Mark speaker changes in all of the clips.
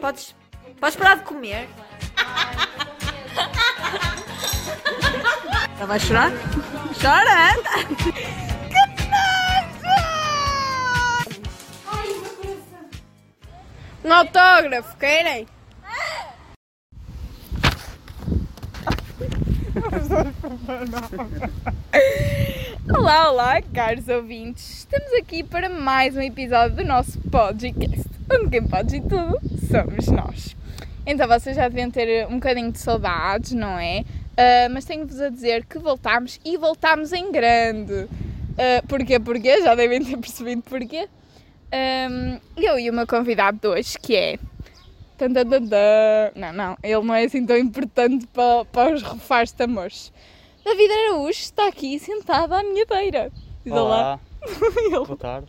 Speaker 1: Podes, podes parar de comer? Ela vai chorar? Chora, anda!
Speaker 2: Um autógrafo, querem? olá, olá, caros ouvintes. Estamos aqui para mais um episódio do nosso podcast, onde quem pode de tudo somos nós. Então vocês já deviam ter um bocadinho de saudades, não é? Ah, mas tenho-vos a dizer que voltámos e voltámos em grande. Ah, porquê? Porquê? Já devem ter percebido porquê. Ahm, eu e o meu convidado de hoje, que é. Tantantantã. Não, não, ele não é assim tão importante para, para os refares de amores. David Araújo está aqui sentado à minha beira. Diz olá.
Speaker 3: Olá,
Speaker 2: Ele-
Speaker 3: boa tarde.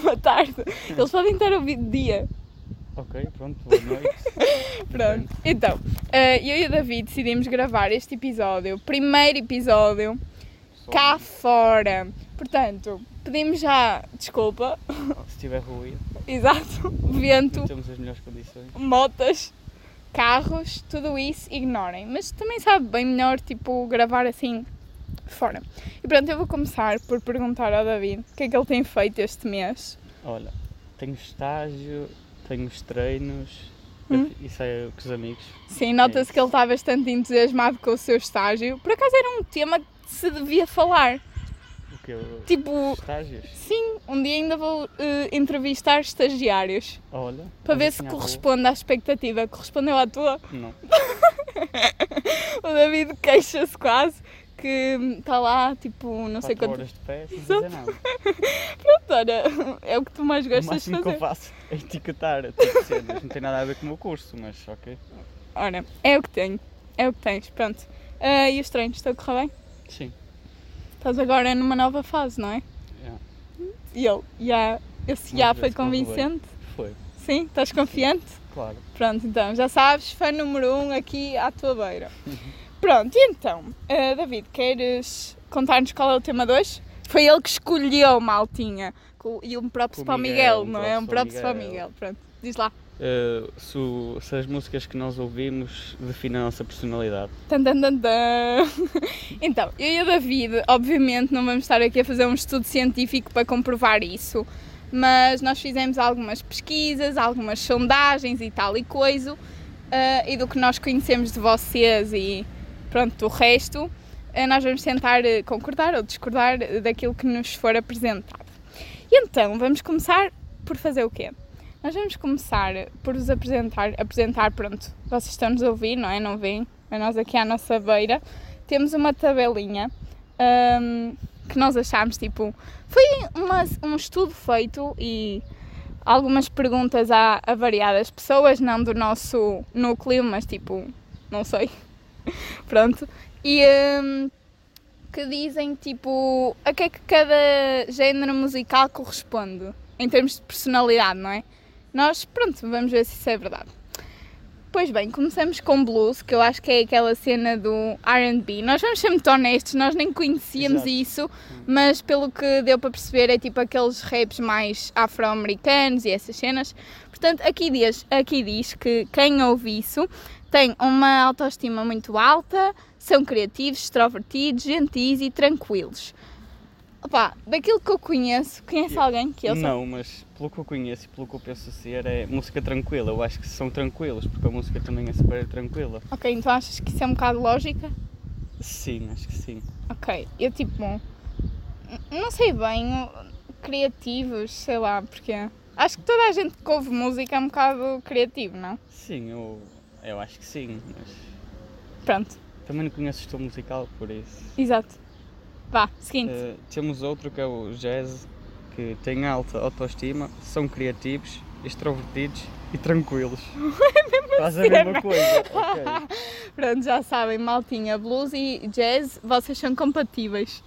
Speaker 2: boa tarde. Eles podem estar a ouvir de dia.
Speaker 3: Ok, pronto, boa noite.
Speaker 2: Pronto. Então, eh, eu e o David decidimos gravar este episódio, o primeiro episódio,
Speaker 3: Só- um.
Speaker 2: cá fora. Portanto, pedimos já desculpa.
Speaker 3: Se tiver ruído,
Speaker 2: Exato. Vento.
Speaker 3: não temos as melhores condições.
Speaker 2: motas, carros, tudo isso ignorem. Mas também sabe bem melhor, tipo, gravar assim fora. E pronto, eu vou começar por perguntar ao David o que é que ele tem feito este mês.
Speaker 3: Olha, tenho estágio, tenho os treinos
Speaker 2: Hum.
Speaker 3: e saio com os amigos.
Speaker 2: Sim, nota-se que ele está bastante entusiasmado com o seu estágio. Por acaso era um tema que se devia falar.
Speaker 3: O que eu...
Speaker 2: Tipo,
Speaker 3: Estágios?
Speaker 2: sim, um dia ainda vou eh, entrevistar estagiários.
Speaker 3: Olha.
Speaker 2: Para
Speaker 3: mas
Speaker 2: ver se
Speaker 3: assim à rua,
Speaker 2: corresponde à expectativa. Correspondeu à tua?
Speaker 3: Não.
Speaker 2: O David queixa-se quase que hum, está lá, tipo, não sei
Speaker 3: Quatro
Speaker 2: quanto
Speaker 3: horas de pé sem fazer nada.
Speaker 2: Ora, é o que tu mais
Speaker 3: o
Speaker 2: gostas de
Speaker 3: máximo que
Speaker 2: fazer.
Speaker 3: eu faço é etiquetar tipo cenas. Não tem nada a ver com o meu curso, mas ok.
Speaker 2: Ora, é o que tenho. É o que tens, pronto. Ah, e os treinos, estão a correr bem?
Speaker 3: Sim.
Speaker 2: Estás agora numa nova fase, não é?
Speaker 3: Já.
Speaker 2: E eu, já, esse
Speaker 3: Muito
Speaker 2: já
Speaker 3: bem,
Speaker 2: foi
Speaker 3: ficou bem.
Speaker 2: convincente?
Speaker 3: Foi,
Speaker 2: Sim? Estás confiante?
Speaker 3: claro.
Speaker 2: Pronto, então, já sabes, fã número um aqui à tua beira. Pronto, e então, ah, David, queres contar-nos qual é o tema de hoje? Foi ele que escolheu, maltinha. Com- E um props
Speaker 3: Com o
Speaker 2: para o Miguel,
Speaker 3: Miguel, um
Speaker 2: não é? Um props para
Speaker 3: props para
Speaker 2: o
Speaker 3: Miguel.
Speaker 2: Miguel, pronto. Diz lá.
Speaker 3: Eh, se, o- se as músicas que nós ouvimos definem a nossa personalidade.
Speaker 2: Tan, tan, tan, tan. Então, eu e o David, obviamente, não vamos estar aqui a fazer um estudo científico para comprovar isso, mas nós fizemos algumas pesquisas, algumas sondagens e tal e coisa, ah, e do que nós conhecemos de vocês e pronto, o resto, ah, nós vamos tentar eh, concordar ou discordar eh, daquilo que nos for apresentado. E então, vamos começar por fazer o quê? Nós vamos começar por vos apresentar, apresentar, pronto, vocês estão-nos a ouvir, não é? Não veem? Mas nós aqui à nossa beira temos uma tabelinha hum, que nós achámos, tipo, foi uma- um estudo feito e algumas perguntas a, a variadas pessoas, não do nosso núcleo, mas tipo, não sei, pronto, e hum, que dizem, tipo, a que é que cada género musical corresponde, em termos de personalidade, não é? Nós, pronto, vamos ver se isso é verdade. Pois bem, começamos com blues, que eu acho que é aquela cena do RB. Nós vamos ser muito honestos, nós nem conhecíamos
Speaker 3: Exato.
Speaker 2: isso, mas pelo que deu para perceber é tipo aqueles raps mais afro-americanos e essas cenas. Portanto, aqui diz, aqui diz que quem ouve isso tem uma autoestima muito alta, são criativos, extrovertidos, gentis e tranquilos. Opa, daquilo que eu conheço, conhece alguém que eu sou?
Speaker 3: Não, mas pelo que eu conheço e pelo que eu penso ser, é música tranquila. Eu acho que são tranquilos, porque a música também é super tranquila.
Speaker 2: Ok, então achas que isso é um bocado lógica?
Speaker 3: Sim, acho que sim.
Speaker 2: Ok, eu tipo. n- Não sei bem, o- criativos, sei lá porque. Acho que toda a gente que ouve música é um bocado criativo, não?
Speaker 3: Sim, eu, eu acho que sim, mas
Speaker 2: Pronto,
Speaker 3: também não conheço o estilo musical, por isso.
Speaker 2: exato. Vá, seguinte.
Speaker 3: Eh, temos outro que é o jazz, que tem alta autoestima, são criativos, extrovertidos e tranquilos.
Speaker 2: é
Speaker 3: Faz a mesma coisa. ok.
Speaker 2: Pronto, já sabem, maltinha, blues e jazz, vocês são compatíveis.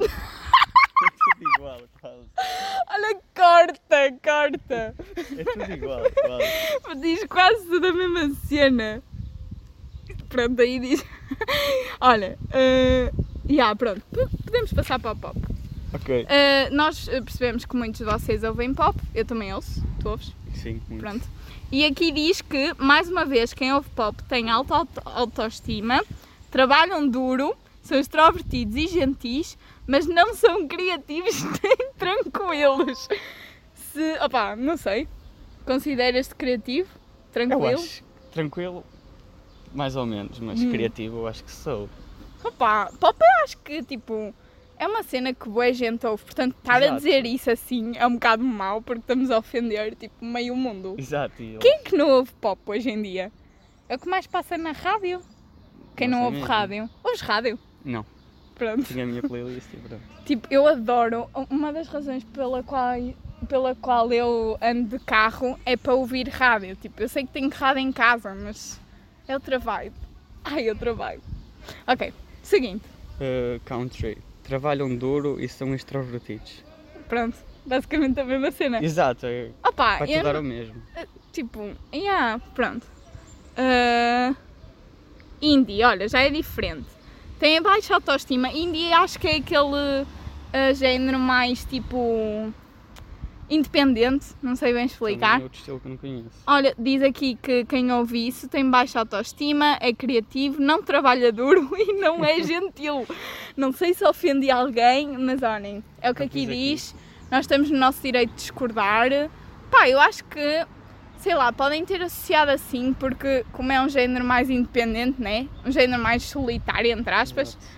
Speaker 3: É tudo igual, quase.
Speaker 2: Olha, corta, corta!
Speaker 3: É tudo igual, quase.
Speaker 2: Diz quase tudo a mesma cena. Pronto, aí diz. Olha, eh, já, pronto, p- podemos passar para o pop.
Speaker 3: Ok,
Speaker 2: Eh, nós eh, percebemos que muitos de vocês ouvem pop, eu também ouço, tu ouves?
Speaker 3: Sim, muito.
Speaker 2: Pronto. E aqui diz que, mais uma vez, quem ouve pop tem alta auto- autoestima, trabalham duro, são extrovertidos e gentis, mas não são criativos nem tranquilos. Se, opá, não sei. Consideras-te criativo?
Speaker 3: Eu
Speaker 2: Tranquilo?
Speaker 3: acho tranquilo, mais ou menos, mas
Speaker 2: Hum.
Speaker 3: criativo eu acho que sou.
Speaker 2: Opá, pop eu acho que, tipo, é uma cena que boa gente ouve. Portanto, estar a
Speaker 3: Exato.
Speaker 2: dizer isso assim é um bocado mau, porque estamos a ofender, tipo, meio mundo.
Speaker 3: Exato. e eu-
Speaker 2: Quem é que não ouve pop hoje em dia? É o que mais passa na rádio. Quem não
Speaker 3: sei
Speaker 2: ouve
Speaker 3: mesmo.
Speaker 2: rádio? Ouves rádio?
Speaker 3: Não,
Speaker 2: Pronto.
Speaker 3: tinha a minha playlist e pronto.
Speaker 2: Tipo, eu adoro. Uma das razões pela qual, pela qual eu ando de carro é para ouvir rádio. Tipo, eu sei que tenho rádio em casa, mas é outra vibe. Ai, outra vibe. Ok, seguinte.
Speaker 3: Uh, country. Trabalham duro e são extrovertidos.
Speaker 2: Pronto. Basicamente a mesma cena.
Speaker 3: Exato, é
Speaker 2: Opa,
Speaker 3: para te
Speaker 2: Ah, eu,
Speaker 3: dar o mesmo.
Speaker 2: Tipo, yeah, pronto. Ah, indie, olha, já é diferente. Tem a baixa autoestima. Indie acho que é aquele ah, género mais tipo independente, não sei bem
Speaker 3: Também
Speaker 2: explicar.
Speaker 3: É outro estilo que eu não conheço.
Speaker 2: Olha, diz aqui que quem ouve isso tem baixa autoestima, é criativo, não trabalha duro e não é gentil. Não sei se ofendi alguém, mas olhem, é o que
Speaker 3: Não
Speaker 2: aqui
Speaker 3: diz
Speaker 2: diz. Nós estamos no nosso direito de discordar. Pá, eu acho que, sei lá, podem ter associado assim, porque como é um género mais independente, né? Um género mais solitário, entre aspas,
Speaker 3: Exato.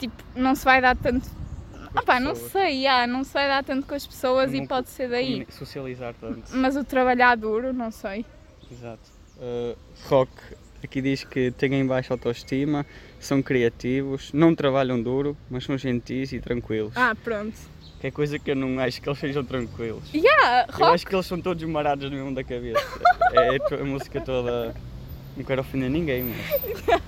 Speaker 2: tipo, não se vai dar tanto.
Speaker 3: Com
Speaker 2: Ah
Speaker 3: as
Speaker 2: pá, não
Speaker 3: pessoas.
Speaker 2: sei, ah, não se vai dar tanto com as pessoas e
Speaker 3: Não
Speaker 2: pode ser daí. Hum.
Speaker 3: Combina- Socializar tanto.
Speaker 2: Mas o trabalhar duro, não sei.
Speaker 3: Exato. Uh, rock. Aqui diz que têm baixa autoestima, são criativos, não trabalham duro, mas são gentis e tranquilos.
Speaker 2: Ah, pronto.
Speaker 3: Que é coisa que eu não acho que eles sejam tranquilos.
Speaker 2: Yeah,
Speaker 3: Eu
Speaker 2: rock.
Speaker 3: acho que eles são todos marados no mesmo da cabeça. é, é to- a música toda. Não quero ofender ninguém, mas.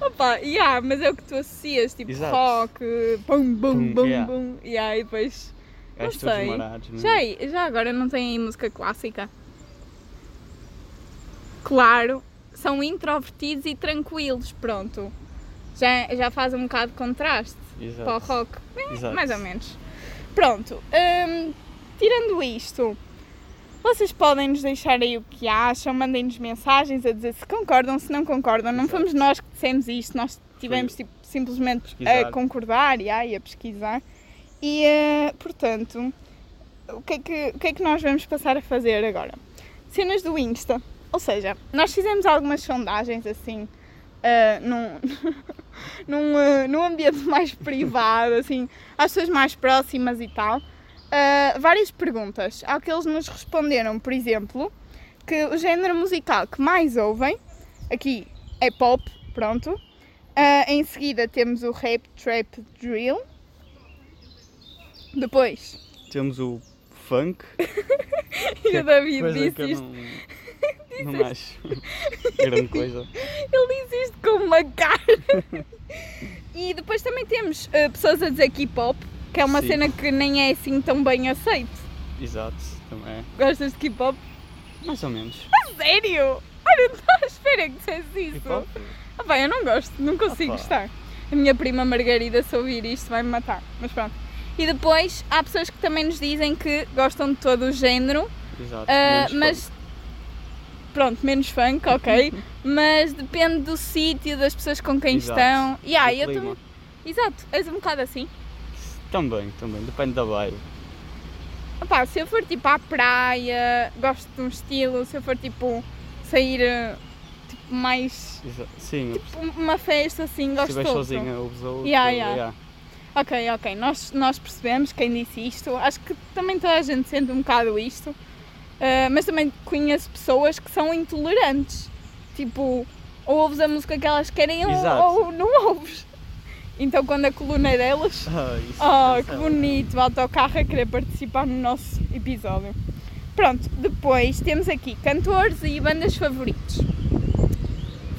Speaker 2: Opa, yeah, mas é o que tu associas, tipo
Speaker 3: Exato.
Speaker 2: rock, bum bum
Speaker 3: Bum,
Speaker 2: bum
Speaker 3: yeah.
Speaker 2: bum. Yeah, e depois. Não
Speaker 3: Acho todos
Speaker 2: sei.
Speaker 3: marados, não é?
Speaker 2: Já, aí- já agora não tem aí música clássica? Claro, são introvertidos e tranquilos, pronto. Já, já faz um bocado de contraste
Speaker 3: Exato.
Speaker 2: para o rock. É,
Speaker 3: Exato.
Speaker 2: Mais ou menos. Pronto, hum, tirando isto, vocês podem nos deixar aí o que acham, mandem-nos mensagens a dizer se concordam, se não concordam. Não
Speaker 3: Exato.
Speaker 2: fomos nós que dissemos isto, nós tivemos tipo, simplesmente a
Speaker 3: Pesquisar.
Speaker 2: concordar e, ah, e a pesquisar. E, eh, portanto, o que, é que, o que é que nós vamos passar a fazer agora? Cenas do Insta. Ou seja, nós fizemos algumas sondagens assim, eh, num, num, eh, num ambiente mais privado, assim, às pessoas mais próximas e tal. eh, várias perguntas. Há que eles nos responderam, por exemplo, que o género musical que mais ouvem, aqui é pop, pronto. Ah, em seguida temos o rap, trap, drill. Depois,
Speaker 3: Temos o funk.
Speaker 2: e o David
Speaker 3: Coisa que
Speaker 2: disse
Speaker 3: eu
Speaker 2: isto,
Speaker 3: não. Não acho. Grande coisa.
Speaker 2: ele disse isto com uma cara. e depois também temos ah, pessoas a dizer K-pop, que é uma
Speaker 3: Sim.
Speaker 2: cena que nem é assim tão bem aceito.
Speaker 3: Exato, também.
Speaker 2: Gostas de K-pop?
Speaker 3: Mais ou menos.
Speaker 2: Sério? Olha, eu não estava à espera que dissesse isso.
Speaker 3: Hip-hop?
Speaker 2: Ah, bem, eu não gosto, não consigo
Speaker 3: Opa.
Speaker 2: gostar. A minha prima Margarida, se ouvir isto, vai me matar. Mas pronto. E depois há pessoas que também nos dizem que gostam de todo o género,
Speaker 3: Exato.
Speaker 2: ah,
Speaker 3: menos
Speaker 2: mas.
Speaker 3: funk.
Speaker 2: Pronto, menos funk, ok. mas depende do sítio, das pessoas com quem
Speaker 3: Exato.
Speaker 2: estão. E ah,
Speaker 3: Do
Speaker 2: eu
Speaker 3: clima.
Speaker 2: também. Exato, és um bocado assim.
Speaker 3: Também, também. Depende da vibe.
Speaker 2: Opá, se eu for tipo à praia, gosto de um estilo, se eu for tipo sair eh, tipo, mais.
Speaker 3: Exato. Sim, eu
Speaker 2: um- uma festa assim,
Speaker 3: Se
Speaker 2: gosto de
Speaker 3: estiver
Speaker 2: outro.
Speaker 3: sozinha, ouves a outra.
Speaker 2: Yeah, yeah. Ok, ok, nós, nós percebemos quem disse isto. Acho que também toda a gente sente um bocado isto. Ah, mas também conheço pessoas que são intolerantes. Tipo, ou ouves a música que elas querem ou,
Speaker 3: Exato.
Speaker 2: ou não ouves. Então, quando a coluna é delas.
Speaker 3: Ah, isso
Speaker 2: Oh, que
Speaker 3: cancela.
Speaker 2: bonito! O autocarro a querer participar no nosso episódio. Pronto, depois temos aqui cantores e bandas favoritos.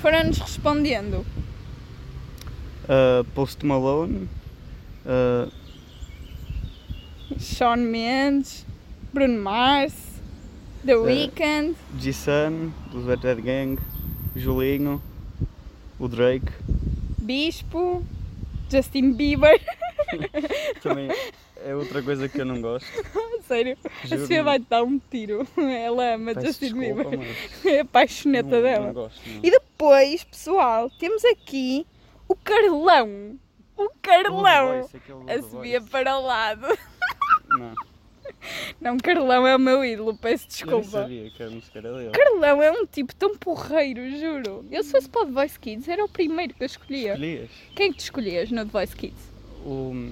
Speaker 2: Foram-nos respondendo.
Speaker 3: Uh, Post Malone. uh,
Speaker 2: Sean Mendes, Bruno Mars,
Speaker 3: É.
Speaker 2: The Weeknd,
Speaker 3: G-Sun, dos Red Dead Gang, Julinho, o Drake,
Speaker 2: Bispo, Justin Bieber.
Speaker 3: também é outra coisa que eu não gosto.
Speaker 2: sério. A
Speaker 3: Juro.
Speaker 2: Sofia vai te dar um tiro. Ela ama
Speaker 3: Peço
Speaker 2: Justin
Speaker 3: desculpa,
Speaker 2: Bieber.
Speaker 3: mas
Speaker 2: É apaixoneta
Speaker 3: não,
Speaker 2: dela.
Speaker 3: Não gosto, não.
Speaker 2: E depois, pessoal, temos aqui o Carlão. O
Speaker 3: Old
Speaker 2: Carlão
Speaker 3: Voice, aquele
Speaker 2: a
Speaker 3: Old
Speaker 2: subir
Speaker 3: Voice.
Speaker 2: para o lado.
Speaker 3: Não,
Speaker 2: Não, Carlão é o meu ídolo, peço
Speaker 3: eu não
Speaker 2: desculpa.
Speaker 3: sabia que a música era dele.
Speaker 2: Carlão é um tipo tão porreiro, juro. Eu se fosse para o The Voice Kids, era o primeiro que eu escolhia.
Speaker 3: Escolhias
Speaker 2: Quem é que te escolhias no The Voice Kids?
Speaker 3: o,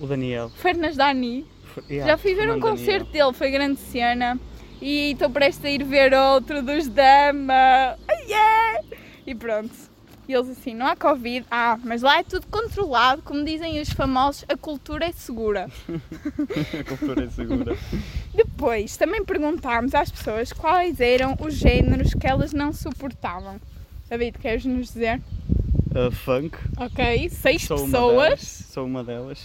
Speaker 3: o Daniel.
Speaker 2: Fernas Dani.
Speaker 3: Fer- yeah,
Speaker 2: Já fui ver um
Speaker 3: Fernando Daniel.
Speaker 2: concerto dele, foi grande cena. E estou prestes a ir ver outro dos Dama. Ai, yeah! E pronto. E eles assim, não há Covid. Ah, mas lá é tudo controlado. Como dizem os famosos, a cultura é segura.
Speaker 3: A cultura é segura.
Speaker 2: Depois, também perguntámos às pessoas quais eram os géneros que elas não suportavam. David, queres nos dizer?
Speaker 3: Uh, funk,
Speaker 2: Ok, seis
Speaker 3: sou uma delas.
Speaker 2: pessoas.
Speaker 3: Sou uma delas.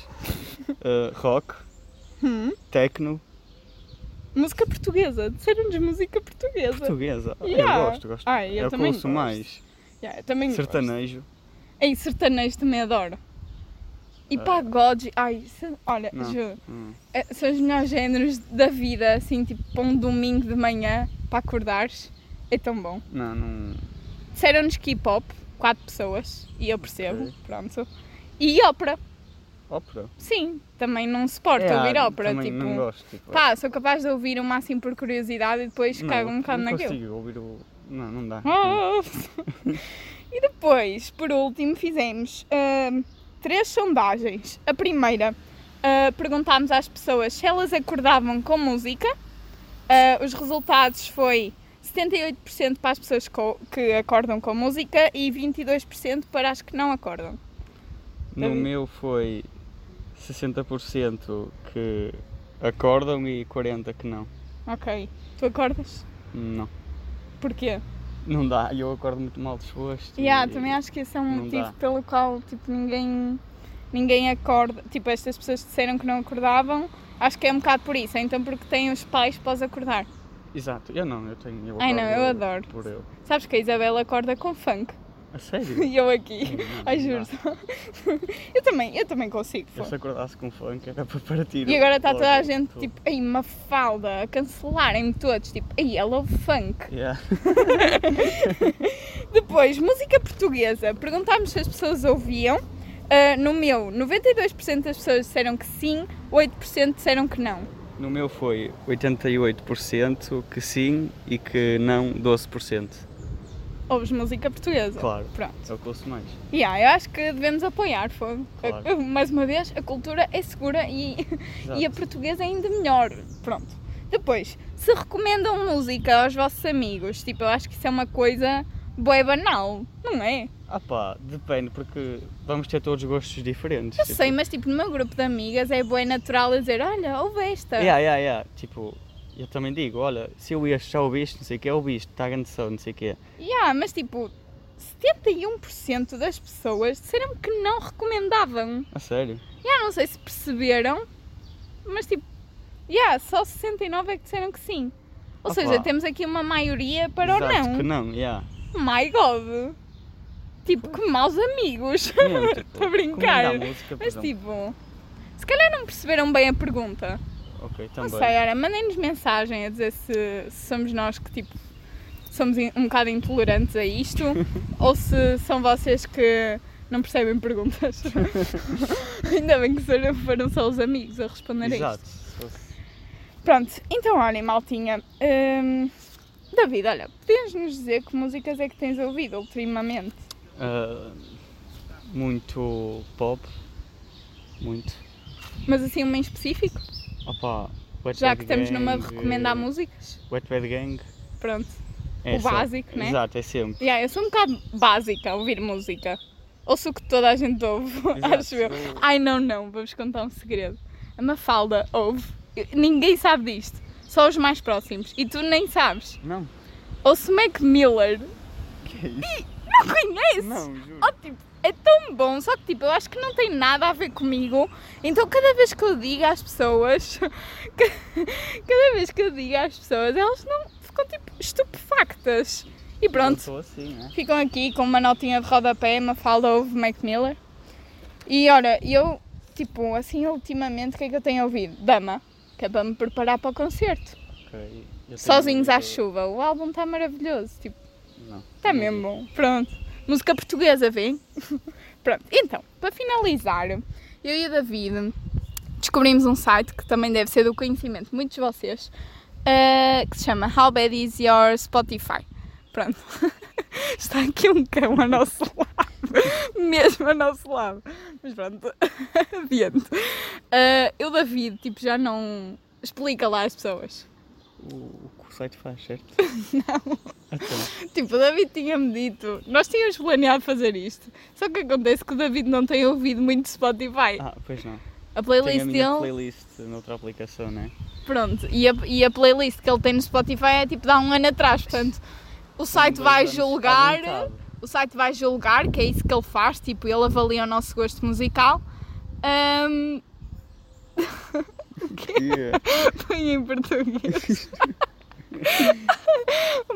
Speaker 3: Uh, rock,
Speaker 2: Hum,
Speaker 3: techno,
Speaker 2: música portuguesa. Disseram-nos música portuguesa.
Speaker 3: portuguesa. Ah,
Speaker 2: Yeah.
Speaker 3: Eu gosto, gosto.
Speaker 2: Ah, eu
Speaker 3: é o que
Speaker 2: também
Speaker 3: ouço
Speaker 2: gosto.
Speaker 3: mais.
Speaker 2: Yeah, eu também gosto.
Speaker 3: Sertanejo.
Speaker 2: Ei, sertanejo também adoro. E
Speaker 3: Ah.
Speaker 2: pagode, ai, se- olha,
Speaker 3: Não.
Speaker 2: juro,
Speaker 3: Hum.
Speaker 2: é- são os melhores géneros da vida, assim, tipo, para um domingo de manhã, para acordares, é tão bom.
Speaker 3: Não, não.
Speaker 2: Disseram-nos que hip-hop, quatro pessoas, e eu percebo,
Speaker 3: Ok.
Speaker 2: pronto. E ópera,
Speaker 3: Ópera.
Speaker 2: sim, também não suporto ouvir
Speaker 3: ah,
Speaker 2: ópera,
Speaker 3: também
Speaker 2: tipo,
Speaker 3: Não gosto. Tipo,
Speaker 2: pá, sou capaz de ouvir o máximo por curiosidade e depois
Speaker 3: não,
Speaker 2: cago um bocado
Speaker 3: não
Speaker 2: naquilo.
Speaker 3: consigo ouvir o. Não, não dá.
Speaker 2: Oh. e depois, por último, fizemos ahm, três sondagens. A primeira, ah, perguntámos às pessoas se elas acordavam com música. Ah, os resultados foi 78% para as pessoas co- que acordam com música e 22% para as que não acordam.
Speaker 3: No
Speaker 2: David.
Speaker 3: meu foi 60% que acordam e 40% que não.
Speaker 2: Ok. Tu acordas?
Speaker 3: Não.
Speaker 2: Porquê?
Speaker 3: Não dá. Eu acordo muito mal disposto.
Speaker 2: Yeah,
Speaker 3: e-
Speaker 2: também acho que esse é um
Speaker 3: não
Speaker 2: motivo
Speaker 3: dá.
Speaker 2: pelo qual tipo, ninguém, ninguém acorda. Tipo, estas pessoas que disseram que não acordavam, acho que é um bocado por isso. Então, porque têm os pais para os acordar.
Speaker 3: Exato, eu não, eu tenho. Eu
Speaker 2: Ai, não, eu
Speaker 3: acordo
Speaker 2: adoro.
Speaker 3: Por eu.
Speaker 2: Sabes que a Isabela acorda com funk
Speaker 3: A sério?
Speaker 2: e eu aqui.
Speaker 3: Não, não
Speaker 2: Ai,
Speaker 3: dá.
Speaker 2: juro. eu também, eu também consigo.
Speaker 3: Eu
Speaker 2: pô.
Speaker 3: se acordasse com funk era para partir.
Speaker 2: E agora está
Speaker 3: logo
Speaker 2: toda a gente
Speaker 3: tudo.
Speaker 2: tipo, ei, uma falda, a cancelarem-me todos. Tipo, ei, ela ouve funk.
Speaker 3: Yeah.
Speaker 2: Depois, música portuguesa. Perguntámos se as pessoas ouviam. Ah, no meu, 92% das pessoas disseram que sim, 8% disseram que não.
Speaker 3: No meu foi 88% que sim e que não 12%.
Speaker 2: Ouves música portuguesa?
Speaker 3: Claro.
Speaker 2: Pronto.
Speaker 3: É o que ouço mais.
Speaker 2: Yeah, eu acho que devemos apoiar, fogo.
Speaker 3: Claro.
Speaker 2: Eu- Mais uma vez, a cultura é segura e, e a
Speaker 3: Exato.
Speaker 2: portuguesa é ainda melhor. Pronto. Depois, se recomendam música aos vossos amigos, tipo, eu acho que isso é uma coisa boa banal, não é?
Speaker 3: Ah pá, depende, porque vamos ter todos gostos diferentes.
Speaker 2: Eu sei, mas tipo, no meu grupo de amigas é boa natural eu dizer, olha, ouve esta.
Speaker 3: Yeah, yeah, yeah. Tipo, eu também digo, olha, se eu este já ouviste, não sei o que, ouviste, está grande som, não sei o que.
Speaker 2: Yeah, mas tipo, 71% das pessoas disseram que não recomendavam.
Speaker 3: A sério?
Speaker 2: Yeah, não sei se perceberam, mas tipo, yeah, só 69% é que disseram que sim. Ou
Speaker 3: Opa.
Speaker 2: seja, temos aqui uma maioria para
Speaker 3: Exato,
Speaker 2: o
Speaker 3: que
Speaker 2: não.
Speaker 3: não, yeah.
Speaker 2: My God! Tipo, que maus amigos!
Speaker 3: Mesmo, tipo,
Speaker 2: Tô a brincar.
Speaker 3: combinar música,
Speaker 2: Mas
Speaker 3: por exemplo.
Speaker 2: tipo, se calhar não perceberam bem a pergunta.
Speaker 3: Ok,
Speaker 2: Não
Speaker 3: também.
Speaker 2: sei, é olha, mandem-nos mensagem a dizer se, se somos nós que tipo somos in- um bocado intolerantes a isto ou se são vocês que não percebem perguntas. Ainda bem que foram- foram só os amigos a responder a isto.
Speaker 3: Exato. se fosse-
Speaker 2: Pronto, então olhem, maltinha. hum, David, olha, podias-nos dizer que músicas é que tens ouvido ultimamente?
Speaker 3: Ah, muito pop. Muito.
Speaker 2: Mas assim, uma em específico?
Speaker 3: Opa, Wet
Speaker 2: Já
Speaker 3: Bad
Speaker 2: que estamos numa de
Speaker 3: Gang,
Speaker 2: recomendar
Speaker 3: eh,
Speaker 2: músicas.
Speaker 3: Wet Bad Gang.
Speaker 2: Pronto.
Speaker 3: É
Speaker 2: O
Speaker 3: só-
Speaker 2: básico, né?
Speaker 3: Exato, é sempre.
Speaker 2: Yeah, eu sou um bocado básica a ouvir música. Ouço o que toda a gente ouve,
Speaker 3: Exato,
Speaker 2: acho eu.
Speaker 3: eu-
Speaker 2: Ai, não, não, vou-vos contar um segredo. A Mafalda ouve. Ninguém sabe disto. Só os mais próximos. E tu nem sabes.
Speaker 3: Não,
Speaker 2: Ouço Mac Miller.
Speaker 3: que é isso?
Speaker 2: Não conheces?
Speaker 3: Não, juro.
Speaker 2: Oh, tipo, é tão bom, só que tipo, eu acho que não tem nada a ver comigo. Então cada vez que eu digo às pessoas, cada vez que eu digo às pessoas, elas não ficam tipo estupefactas. E
Speaker 3: Eu
Speaker 2: pronto,
Speaker 3: sou assim, né?
Speaker 2: ficam aqui com uma notinha de rodapé, uma falda ouve Mac Miller. E ora, eu, tipo, assim, ultimamente, o que é que eu tenho ouvido? Dama, que é para me preparar para o concerto.
Speaker 3: Ok. Eu tenho
Speaker 2: Sozinhos
Speaker 3: uma
Speaker 2: à
Speaker 3: música-
Speaker 2: chuva. O álbum está maravilhoso. Tipo,
Speaker 3: Não.
Speaker 2: Está mesmo bom. Pronto. Música portuguesa, vem? Pronto. Então, para finalizar, eu e o David descobrimos um site que também deve ser do conhecimento de muitos de vocês, eh, que se chama How Bad Is Your Spotify. Pronto. Está aqui um cão ao nosso lado. Mesmo ao nosso lado. Mas pronto, adiante. Eh, eu, David, tipo, já não explica lá às pessoas.
Speaker 3: O, o que o site faz, certo? Então, Não.
Speaker 2: Tipo, o David tinha-me dito, nós tínhamos planeado fazer isto. Só que acontece que o David não tem ouvido muito Spotify.
Speaker 3: Ah, pois não.
Speaker 2: a
Speaker 3: Tenho a
Speaker 2: playlist
Speaker 3: minha
Speaker 2: dele,
Speaker 3: playlist noutra aplicação, né?
Speaker 2: pronto, e a, e a playlist que ele tem no Spotify é tipo de há um ano atrás, portanto, o site
Speaker 3: Dois
Speaker 2: vai
Speaker 3: anos tá à
Speaker 2: julgar,
Speaker 3: vontade.
Speaker 2: o site vai julgar, que é isso que ele faz, tipo, ele avalia o nosso gosto musical. hum, Ahm,
Speaker 3: Yeah. Tá
Speaker 2: põe em português.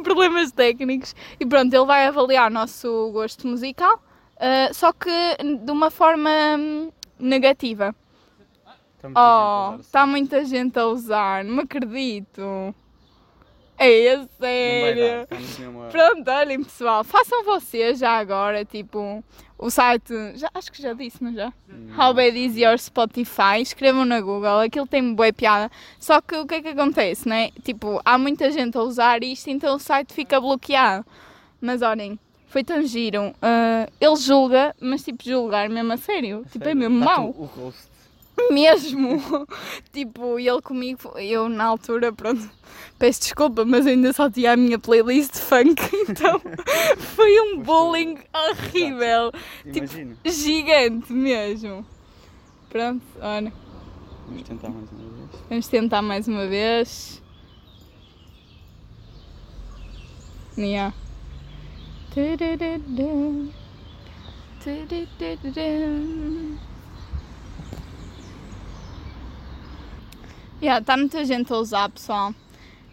Speaker 2: Problemas técnicos. E pronto, ele vai avaliar o nosso gosto musical, ah, só que de uma forma hum, negativa.
Speaker 3: Tá muita gente a
Speaker 2: Oh,
Speaker 3: usar o
Speaker 2: está
Speaker 3: site.
Speaker 2: muita gente a usar, não me acredito. É a
Speaker 3: Não vai dar,
Speaker 2: sério.
Speaker 3: estamos mesmo a-
Speaker 2: Pronto, olhem pessoal, façam vocês já agora, tipo, o site, já, acho que já disse, não já?
Speaker 3: Hum,
Speaker 2: How bad is your Spotify? Escrevam na Google, aquilo tem boa piada. Só que o que é que acontece, né? Tipo, há muita gente a usar isto, então o site fica bloqueado. Mas olhem, foi tão giro. ah, ele julga, mas tipo, julgar mesmo a sério. tipo, é
Speaker 3: Sério,
Speaker 2: mesmo
Speaker 3: dá-te um
Speaker 2: mau.
Speaker 3: O o rosto.
Speaker 2: Mesmo. tipo, ele comigo, eu na altura, pronto, peço desculpa, mas ainda só tinha a minha playlist de funk. Então foi um bullying horrível. Tipo,
Speaker 3: Imagina.
Speaker 2: Gigante mesmo. Pronto, olha.
Speaker 3: Vamos tentar mais uma vez.
Speaker 2: Vamos tentar mais uma vez. Yeah. Tudurudum. Tudurudum. Yeah, está tá muita gente a usar, pessoal.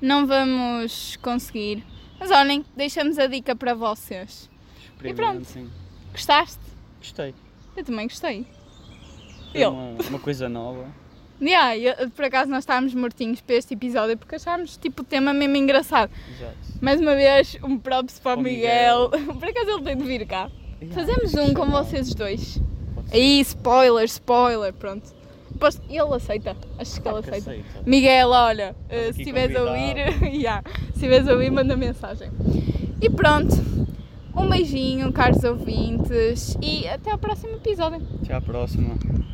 Speaker 2: Não vamos conseguir. Mas olhem, deixamos a dica para vocês. pronto.
Speaker 3: Experimentem.
Speaker 2: Gostaste?
Speaker 3: Gostei.
Speaker 2: Eu também gostei.
Speaker 3: Foi
Speaker 2: Eu.
Speaker 3: Uma, uma coisa nova.
Speaker 2: Yeah, eu- por acaso nós estávamos mortinhos para este episódio porque achámos tipo, o tema mesmo engraçado.
Speaker 3: Exato.
Speaker 2: Mais uma vez, um props para o
Speaker 3: Para o
Speaker 2: Miguel. Por acaso ele tem de vir cá.
Speaker 3: Yeah,
Speaker 2: Fazemos
Speaker 3: acho que
Speaker 2: um com
Speaker 3: chamava.
Speaker 2: vocês dois.
Speaker 3: Pode ser.
Speaker 2: Aí, spoiler, spoiler, pronto. Posso- Ele aceita, acho que ele
Speaker 3: Claro que
Speaker 2: aceita.
Speaker 3: aceita.
Speaker 2: Miguel, olha, eh,
Speaker 3: aqui
Speaker 2: se estiveres a ouvir,
Speaker 3: convidado.
Speaker 2: yeah, se estiveres a ouvir, manda mensagem. E pronto, um beijinho, caros ouvintes, e até ao próximo episódio.
Speaker 3: Até à próxima.